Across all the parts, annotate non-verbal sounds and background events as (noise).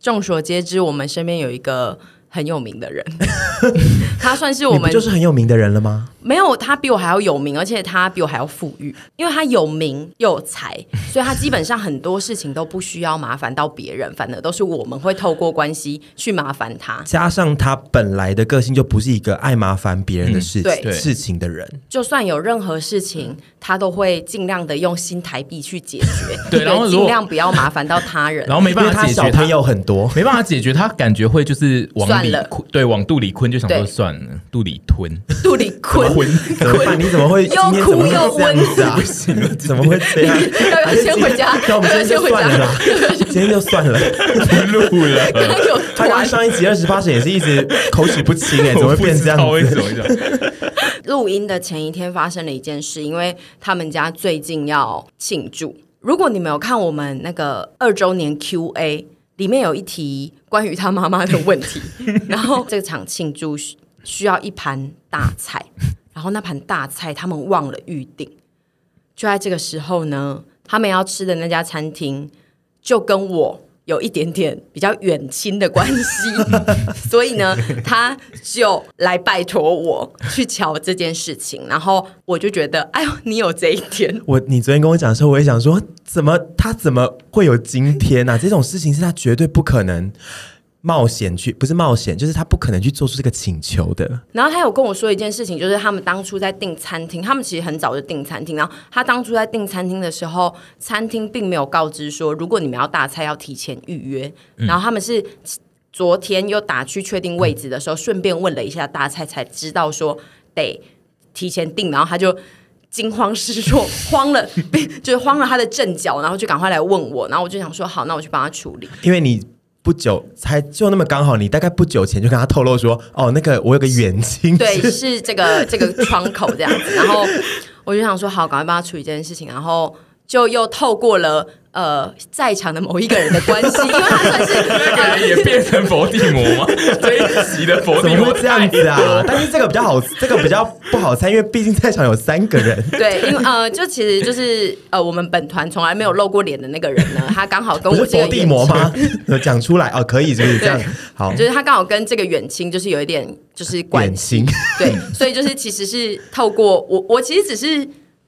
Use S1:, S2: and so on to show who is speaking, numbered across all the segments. S1: 众所皆知，我们身边有一个很有名的人，他算是我
S2: 你不
S1: 们
S2: 就是很有名的人了吗？
S1: 没有他比我还要有名，而且他比我还要富裕，因为他有名又有才，所以他基本上很多事情都不需要麻烦到别人，反而都是我们会透过关系去麻烦他。
S2: 加上他本来的个性就不是一个爱麻烦别人的事
S1: 嗯
S2: 情
S3: 对
S2: 事情的人，
S1: 就算有任何事情，他都会尽量的用新台币去解决，
S3: 对然后如果
S1: 尽量不要麻烦到他人。
S3: 然后没
S2: 因为
S3: 办法
S2: 他
S3: 解
S2: 小
S3: 决
S1: (laughs)
S2: 朋友很
S3: (laughs)
S2: 多。
S3: 没办法解决，他感觉会就是往
S1: 算
S3: 里
S1: 了
S3: 困，对，往肚里吞，就想
S1: 对
S3: 说算了，肚里
S2: (laughs)
S3: 吞，
S1: 肚里困，
S2: 怎么办？你怎么会今
S1: 又
S2: 天怎么
S1: 哭
S2: 会
S1: 又
S2: 这样子啊？ (laughs) 怎么会这样？
S1: (laughs) 要不要先回家？
S2: (laughs) 那我们今
S1: 要不要先
S2: 天就
S1: 回
S2: 算了
S1: 家？ (laughs)
S2: 啦，今天就算了。
S3: 不录了。
S1: 刚
S2: 哎
S1: 刚有
S2: 他刚
S1: 团
S2: 上一集二十八岁也是一直口齿不清哎，怎么会变这样
S3: (laughs) 我不欸知
S2: 子？
S3: 道为什么会这样
S1: 录音的前一天发生了一件事，因为他们家最近要庆祝。如果你们有看我们那个二周年 Q&A，里面有一题关于他妈妈的问题，然后这场庆祝需需要一盘大菜，然后那盘大菜他们忘了预定。就在这个时候呢，他们要吃的那家餐厅就跟我有一点点比较远亲的关系，所以呢，他就来拜托我去瞧这件事情，然后我就觉得，哎呦，你有这一天，
S2: 我你昨天跟我讲的时候，我也想说，怎么他怎么会有今天啊？这种事情是他绝对不可能冒险去，不是冒险，就是他不可能去做出这个请求的。
S1: 然后他有跟我说一件事情，就是他们当初在订餐厅，他们其实很早就订餐厅。然后他当初在订餐厅的时候，餐厅并没有告知说，如果你们要大菜要提前预约。然后他们是昨天又打去确定位置的时候，顺便问了一下大菜，才知道说得提前订。然后他就惊慌失措，慌了， (laughs) 就是慌了他的阵脚，然后就赶快来问我。然后我就想说，好，那我去帮他处理。
S2: 因为你不久才就那么刚好，你大概不久前就跟他透露说，哦，那个我有个远
S1: (laughs)
S2: 亲，
S1: 对，是这
S2: (laughs)
S1: 个这个窗口这样子。然后我就想说，好，赶快帮他处理这件事情。然后就又透过了呃在场的某一个人的关系，因为他算是
S3: 感
S2: (laughs)
S3: 觉
S1: 呃
S3: 哎也变成佛地魔吗？这一集的佛
S2: 怎
S3: 地
S2: 么
S3: 魔
S2: 会这样子啊？
S1: (laughs)
S2: 但是这个比较好，这个比较不好猜，因为毕竟在场有三个人。
S1: 对，因为呃，就其实就是呃，我们本团从来没有露过脸的那个
S2: (laughs)
S1: 人呢，他刚好跟
S2: 不
S1: 我
S2: 是
S1: 这个
S2: 佛地魔
S1: 远
S2: 吗？有讲出来哦，可以，就是这样
S1: 对。
S2: 好
S1: 亲，，就是他刚好跟这个远亲就是有一点就是关
S2: 远亲， (laughs)
S1: 对，所以就是其实是透过我，我其实只是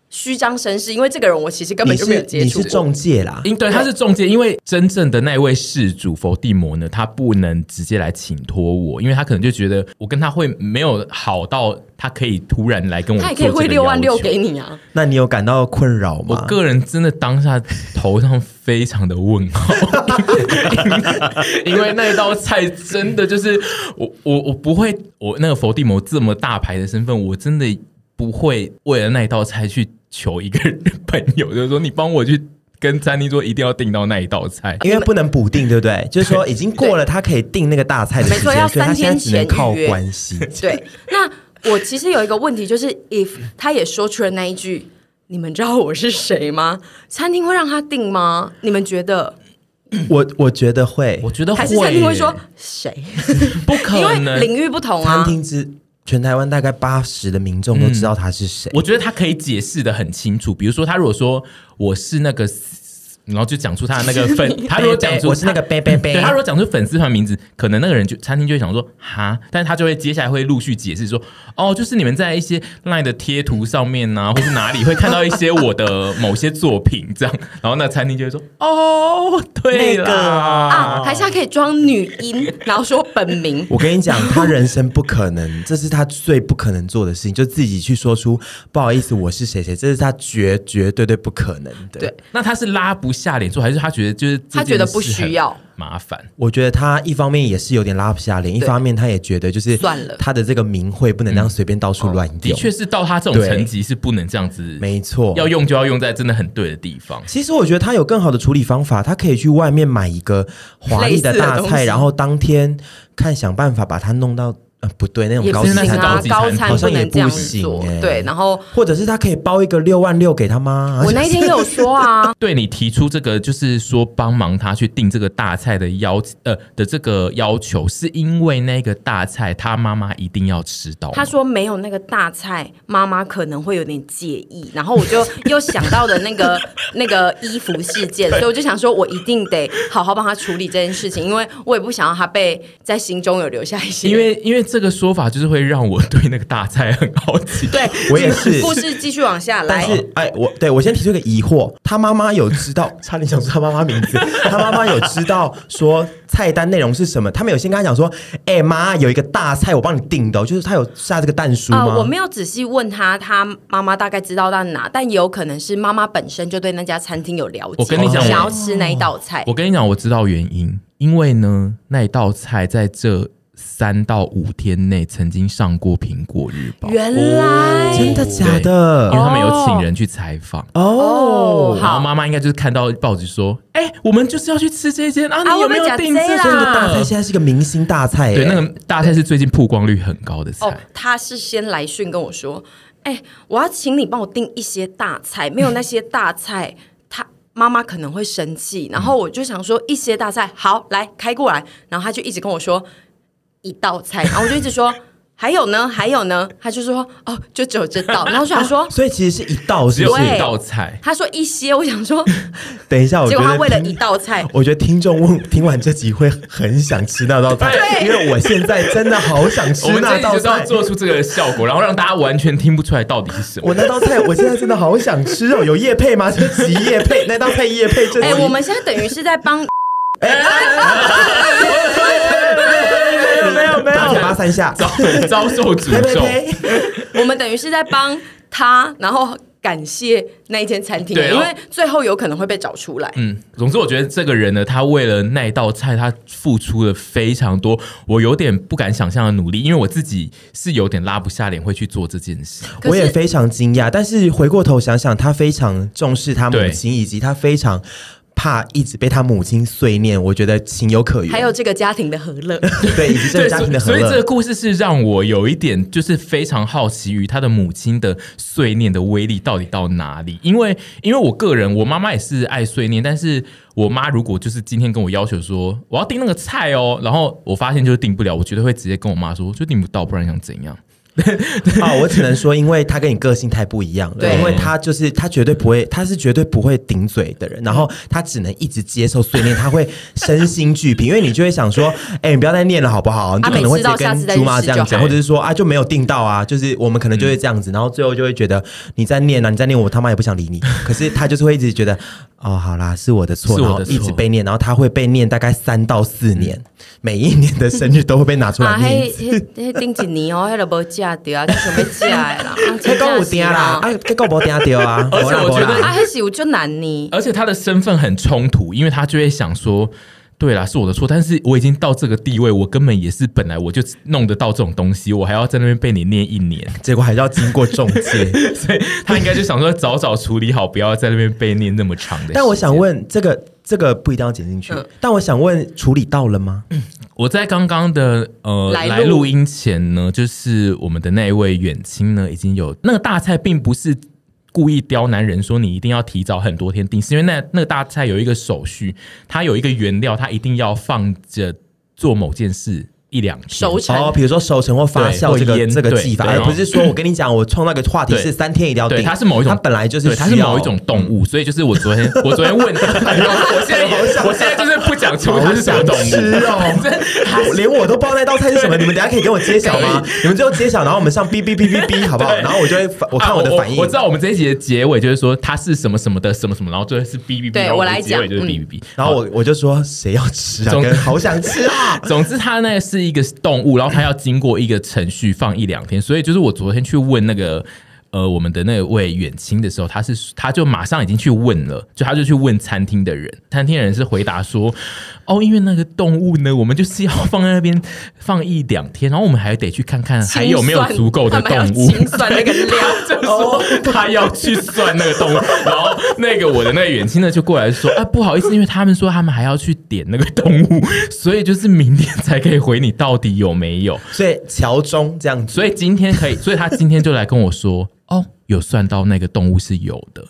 S1: 虚张声势，因为这个人我其实根
S2: 你
S1: 本就没有
S2: 是
S1: 接
S2: 你
S1: 触
S2: 是
S1: 过。
S2: 中介啦，
S3: 因对，他是中介，因为真正的那位事主佛地魔呢，他不能直接来请托我，因为他可能就觉得我跟他会没有好到他可以突然来跟我
S1: 他
S3: 做
S1: 也
S3: 这
S1: 可
S3: 个
S1: 以汇
S3: 要求。
S1: 六万六给你啊！
S2: 那你有感到困扰
S3: 我
S2: 吗？
S3: 个人真的当下头上非常的问
S1: (laughs)
S3: 号，因为因为那道菜真的就是我我我不会，我那个佛地魔这么大牌的身份，我真的不会为了那一道菜去求一个人朋友，就是说你帮我去跟餐厅说一定要订到那一道菜。
S2: 因为不能补定，对不对？就是说已经过了他可以定那个大菜的时
S1: 没错要
S2: 间，所以他
S1: 三
S2: 现在
S1: 天
S2: 只能
S1: 前
S2: 靠
S1: 预约
S2: 关系。
S1: 对， (laughs) 那我其实有一个问题，就是 if 他也说出了那一句“你们知道我是谁吗？” (laughs) 餐厅会让他订吗？你们觉得？
S2: 我我觉得会
S3: 我，觉得
S1: 还是餐厅会说
S3: 耶
S1: 谁？
S3: 不
S1: 因
S3: 可
S1: 为
S3: 能。
S1: 领域不同
S2: 餐
S1: 啊。
S2: 厅之全台湾大概八十的民众都知道他是谁。
S3: 我觉得他可以解释的很清楚，比如说他如果说我是那个，然后就讲出他的那个
S1: (laughs)
S3: 粉，他如果讲出
S2: 我是那个贝贝
S3: 对
S2: 贝，
S3: 他如果讲出粉丝团名字，可能那个人就餐厅就会想说哈，但是他就会接下来会陆续解释说，哦，就是你们在一些 LINE 的贴图上面呢、或是哪里会看到一些我的某些作品这样，然后那餐厅就会说， (laughs) 哦，对
S2: 那个
S3: 啦，
S1: 啊，还是他可以装女音，然后说本名。
S2: 我跟你讲，他人生不可能，这是他最不可能做的事情，就自己去说出不好意思，我是谁谁，这是他绝绝对对不可能的。
S1: 对，
S3: 那他是拉不下脸做，还是他觉得就是这
S1: 他觉
S3: 件
S1: 得不
S3: 事很
S1: 需要
S3: 麻烦？
S2: 我觉得他一方面也是有点拉不下脸，一方面他也觉得就是
S1: 算了哦
S2: 他的这个名讳不能这样随便到处乱用。
S3: 嗯的确，是到他这种
S2: 对
S3: 层级是不能这样子，
S2: 没错，
S3: 要用就要用在真的很对的地方。
S2: 其实我觉得他有更好的处理方法，他可以去外面买一个华丽的大
S1: 类似的东
S2: 菜，
S1: 西
S2: 然后当天看想办法把它弄到。呃不对，那种
S1: 也
S2: 高
S1: 不
S3: 现
S2: 薪
S1: 行
S3: 在才
S1: 啊
S3: 高，级餐
S1: 高餐
S2: 好像也
S1: 能
S2: 不
S1: 这样
S2: 行
S1: 做
S2: 欸。
S1: 对，然后
S2: 或者是他可以包一个六万六给他妈。
S1: 我那一天也有说啊，
S3: 对你提出这个，就是说帮忙他去订这个大菜的要呃的这个要求，是因为那个大菜他妈妈一定要吃到吗。
S1: 他说没有那个大菜，妈妈可能会有点介意。然后我就又想到了那
S2: (laughs)
S1: 个那个衣服事件，所以我就想说，我一定得好好帮他处理这件事情，因为我也不想要他被在心中有留下一些。
S3: 因为因为这个说法就是会让我对那个大菜很好奇。
S1: 对，
S2: 我也是
S1: (laughs) 故事继续往下
S2: 但
S1: 来。呃
S2: 是，哎，我对我先提出一个疑惑：他妈妈有知道？ (laughs) 差点想说他妈妈名字。他妈妈有知道说菜单内容是什么？他们有先跟他讲说：“哎、妈，有一个大菜，我帮你订的哦、就是他有下这个蛋书吗？”
S1: 呃，我没有仔细问他，他妈妈大概知道到哪，但也有可能是妈妈本身就对那家餐厅有了解，
S3: 我跟你讲
S1: 想要吃那一道菜。
S3: 我跟你讲，我知道原因，因为呢，那一道菜在这三到五天内曾经上过苹果日报，因为
S1: 原来、
S2: 真的假的？
S3: 他们有请人去采访。
S2: 哦，
S1: 哦，
S3: 然后
S1: 好，
S3: 妈妈应该就是看到报纸说，哎、我们就是要去吃这间啊，
S1: 啊
S3: 你有没
S1: 我
S3: 有
S1: 们
S3: 订
S1: 讲
S3: 这
S1: 这
S3: 个
S1: 啦
S2: 这个大菜现在是一个明星大菜、
S3: 对，
S2: 哎
S3: 那个大菜是最近曝光率很高的菜。
S1: 哦，他是先来讯跟我说，哎、我要请你帮我订一些大菜，没有那些大菜，他妈妈可能会生
S3: 嗯
S1: 气。然后我就想说，一些大菜，好，来开过来。然后他就一直跟我说一道菜，然后我就一直说。还有呢，还有呢，他就说哦，就只有这道。然后我就想说，
S2: 所以其实是一道，
S3: 只
S2: 是不
S3: 有
S2: 是？
S3: 一道菜，
S1: 他说一些，我想说，
S2: 等一下，
S3: 哦
S2: 我
S1: 结
S2: 觉
S1: 果
S2: 得
S1: 他为了
S2: 听
S1: 一道菜，
S2: 我觉得听众问听完这集会很想吃那道菜，因为我现在真的好想吃
S3: 我们这
S2: 那
S3: 一
S2: 道
S3: 集就是要
S2: 菜。
S3: 做出这个效果，然后让大家完全听不出来到底是什么 (laughs)
S2: 我。那道菜，我现在真的好想吃哦！有叶配吗？这集叶配， (laughs) 那道菜叶配这集。
S1: 哎、我们现在等于是在帮 (laughs)
S2: 没有没有没有，打八三下，
S3: 遭遭受诅
S2: (laughs) 呸呸
S3: 咒。
S2: 呸！
S1: 我们等于是在帮他，然后感谢那一间餐厅，
S3: 对
S1: 因
S3: 哦
S1: 为最后有可能会被找出来。
S3: 嗯，总之我觉得这个人呢，他为了那一道菜，他付出了非常多，我有点不敢想象的努力，因为我自己是有点拉不下脸会去做这件事。
S1: 可是
S2: 我也非常惊讶，但是回过头想想，他非常重视他母亲，以及他非常怕一直被他母亲碎念，我觉得情有可原。
S1: 还有这个家庭的和
S3: (laughs)
S1: 乐，
S2: 对，以及这个家庭的和
S3: 所以所以这个
S2: 乐。
S3: 故事是让我有一点就是非常好奇于他的母亲的碎念的威力到底到哪里，因为因为我个人我妈妈也是爱碎念，但是我妈如果就是今天跟我要求说我要订那个菜哦，然后我发现就是订不了，我绝对会直接跟我妈说就订不到，不然想怎样？
S2: 哦，我只能说，因为他跟你个性太不一样了。
S1: 对
S2: 因为他就是他绝对不会，他是绝对不会顶嘴的人，然后他只能一直接受碎念，他会身心俱疲。因为你就会想说，哎、你不要再念了好不好？你就
S1: 啊
S2: 可能会直接
S1: 每次到下次
S2: 跟
S1: 再
S2: 猪妈这样
S1: 去试就
S2: 讲，
S1: 好嗯
S2: 或者是说啊就没有订到啊，就是我们可能就会这样子，然后最后就会觉得你在念啊，你在念，我他妈也不想理你。可是他就是会一直觉得。哦，好啦，是我的错，
S3: 是我
S2: 然
S3: 的
S2: 后一直
S3: 错
S2: 被念，然后他会被念大概三到四年，每一年的生日都会被拿出来
S1: 嗯啊，
S2: 念一
S1: 迄
S2: 次。
S1: 迄迄顶一年哦，迄都无嫁掉啊，就想要嫁的
S3: (laughs)
S1: 啦，啊，
S2: 结
S1: 真
S2: 果
S1: 的
S2: 有
S1: 是
S2: 订啦，啊，结果无订到啊，
S3: 而且
S2: 没啦
S3: 我觉得
S2: 没啦
S1: 啊，迄是有就难呢。
S3: 而且他的身份很冲突，因为他就会想说。对啦，是我的错，但是我已经到这个地位，我根本也是本来我就弄得到这种东西，我还要在那边被你念一年，
S2: 结果还是要经过中介。
S3: (laughs) 所以他应该就想说早早处理好，不要在那边被念那么长的。
S2: (laughs) 但我想，问，这个这个不一定要剪进去
S1: 嗯，
S2: 但我想问，处理到了吗？
S3: 我在刚刚的呃
S1: 来录
S3: 来录音前呢，就是我们的那一位远亲呢，已经有那个大菜，并不是。故意刁难人说你一定要提早很多天订，是因为那那个大菜有一个手续，它有一个原料，它一定要放着做某件事一两天。
S1: 熟成
S2: 哦，比如说熟成或发酵
S3: 对
S2: 这
S3: 或
S2: 个
S3: 腌
S2: 这个
S3: 对
S2: 技法，
S3: 对
S2: 而
S3: 然后
S2: 不是说我跟你讲，我创造一个话题
S3: 对
S2: 是三天一定要
S3: 对，
S2: 定，
S3: 它是某一种，
S2: 它本来就是
S3: 对，它是
S2: 需要
S3: 某一
S2: (laughs)
S3: 种动物，所以就是我昨天，我昨天问，我现在也我现在就是不讲出它
S2: 好
S3: 是什么
S2: 想
S3: 动
S2: 吃
S3: 物， (laughs)
S2: 哦！连我都不知道那道菜是什么，你们等一下可以给我揭晓吗？你们最后揭晓，然后我们上哔哔哔哔
S3: (laughs)
S2: 哔，好不好？
S3: 对
S2: 然后我就会反我看
S3: 啊
S2: 我的反应。
S3: 我知道我们这一集的结尾就是说它是什么什么的什么什么，然后最后是哔哔哔，
S1: 对
S3: 然后
S1: 我
S3: 的
S1: 来
S3: 结尾
S1: 讲
S3: 就是
S1: 嗯
S3: 哔哔哔，
S2: 然后我我就说谁要
S3: (laughs)
S2: 吃啊？
S3: 总
S2: 跟好想吃啊！
S3: 总之，它那个是一个动物，然后它要经过一个程序放一两天，所以就是我昨天去问那个。呃我们的那位远亲的时候，他是他就马上已经去问了，就他就去问餐厅的人，餐厅的人是回答说，哦，因为那个动物呢，我们就是要放在那边放一两天，然后我们还得去看看还有没有足够的动物。
S1: 清算那个料。
S3: (laughs) 就
S1: 哦
S3: 说他要去算那个动物， (laughs) 然后那个我的那个远亲呢就过来说：“啊，不好意思，因为他们说他们还要去点那个动物， (laughs) 所以就是明天才可以回你到底有没有。 (laughs)
S2: 所以桥中这样子，
S3: 所以今天可以，所以他今天就来跟我说，哦，有算到那个动物是有的，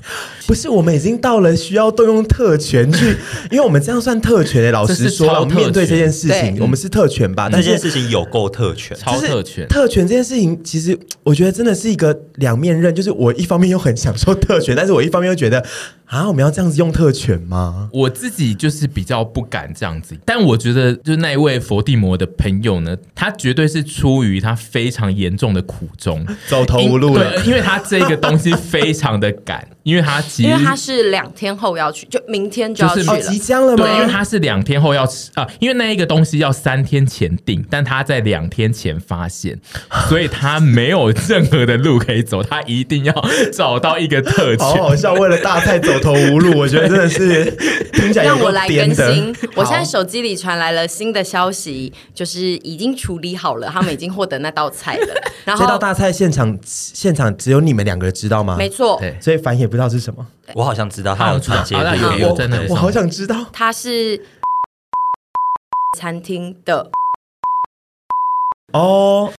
S2: 不是我们已经到了需要动用特权
S3: (laughs)
S2: 去，因为我们这样算特权的、老实说
S3: 这是超
S2: 了，
S3: 特权嗯
S2: 面对这件事情，
S1: 对
S2: 我们是特权吧？
S4: 这
S2: 但
S4: 件
S2: 是
S4: 事情有够特权，
S3: 超
S2: 就是
S3: 特权。
S2: 特权这件事情，其实我觉得真的是一个两面刃，就是我一方面又很享受特权，但是我一方面又觉得啊，我们要这样子用特权吗？
S3: 我自己就是比较不敢这样子，但我觉得就是那一位佛地魔的朋友呢，他绝对是出于他非常严重的苦衷，
S2: 走 (laughs) 投无路了
S3: 因。对，因为他这个东西非常的赶，因为他其实
S1: 因为他是两天后要去，就明天就要去
S3: 就是
S2: 哦，
S1: 了
S2: 即。将了吗？
S3: 对，因为它是两天后要吃啊、因为那一个东西要三天前订，但他在两天前发 (laughs) 现，所以他没有任何的路可以走，他一定要找到一个特权。
S2: 好好笑，为了大菜走投无路，我觉得真的是听起来
S1: (laughs)
S2: 有
S1: 让
S2: 够
S1: 我来更
S2: 颠的。
S1: 新，我现在手机里传来了新的消息，就是已经处理好了，他们已经获得那道菜了。
S3: (laughs)
S1: 然
S2: 这道
S1: 后，
S2: 大菜现场现场只有你们两个人知道吗？
S1: 没错，
S3: 啊对
S2: 所以凡也不知道是什么。
S4: 我好像知道他有传接
S3: 好像
S4: 入
S3: 有
S4: 给
S3: 有
S4: 我
S3: 在那里
S2: 我好想知道。
S1: 它是餐厅的
S2: 哦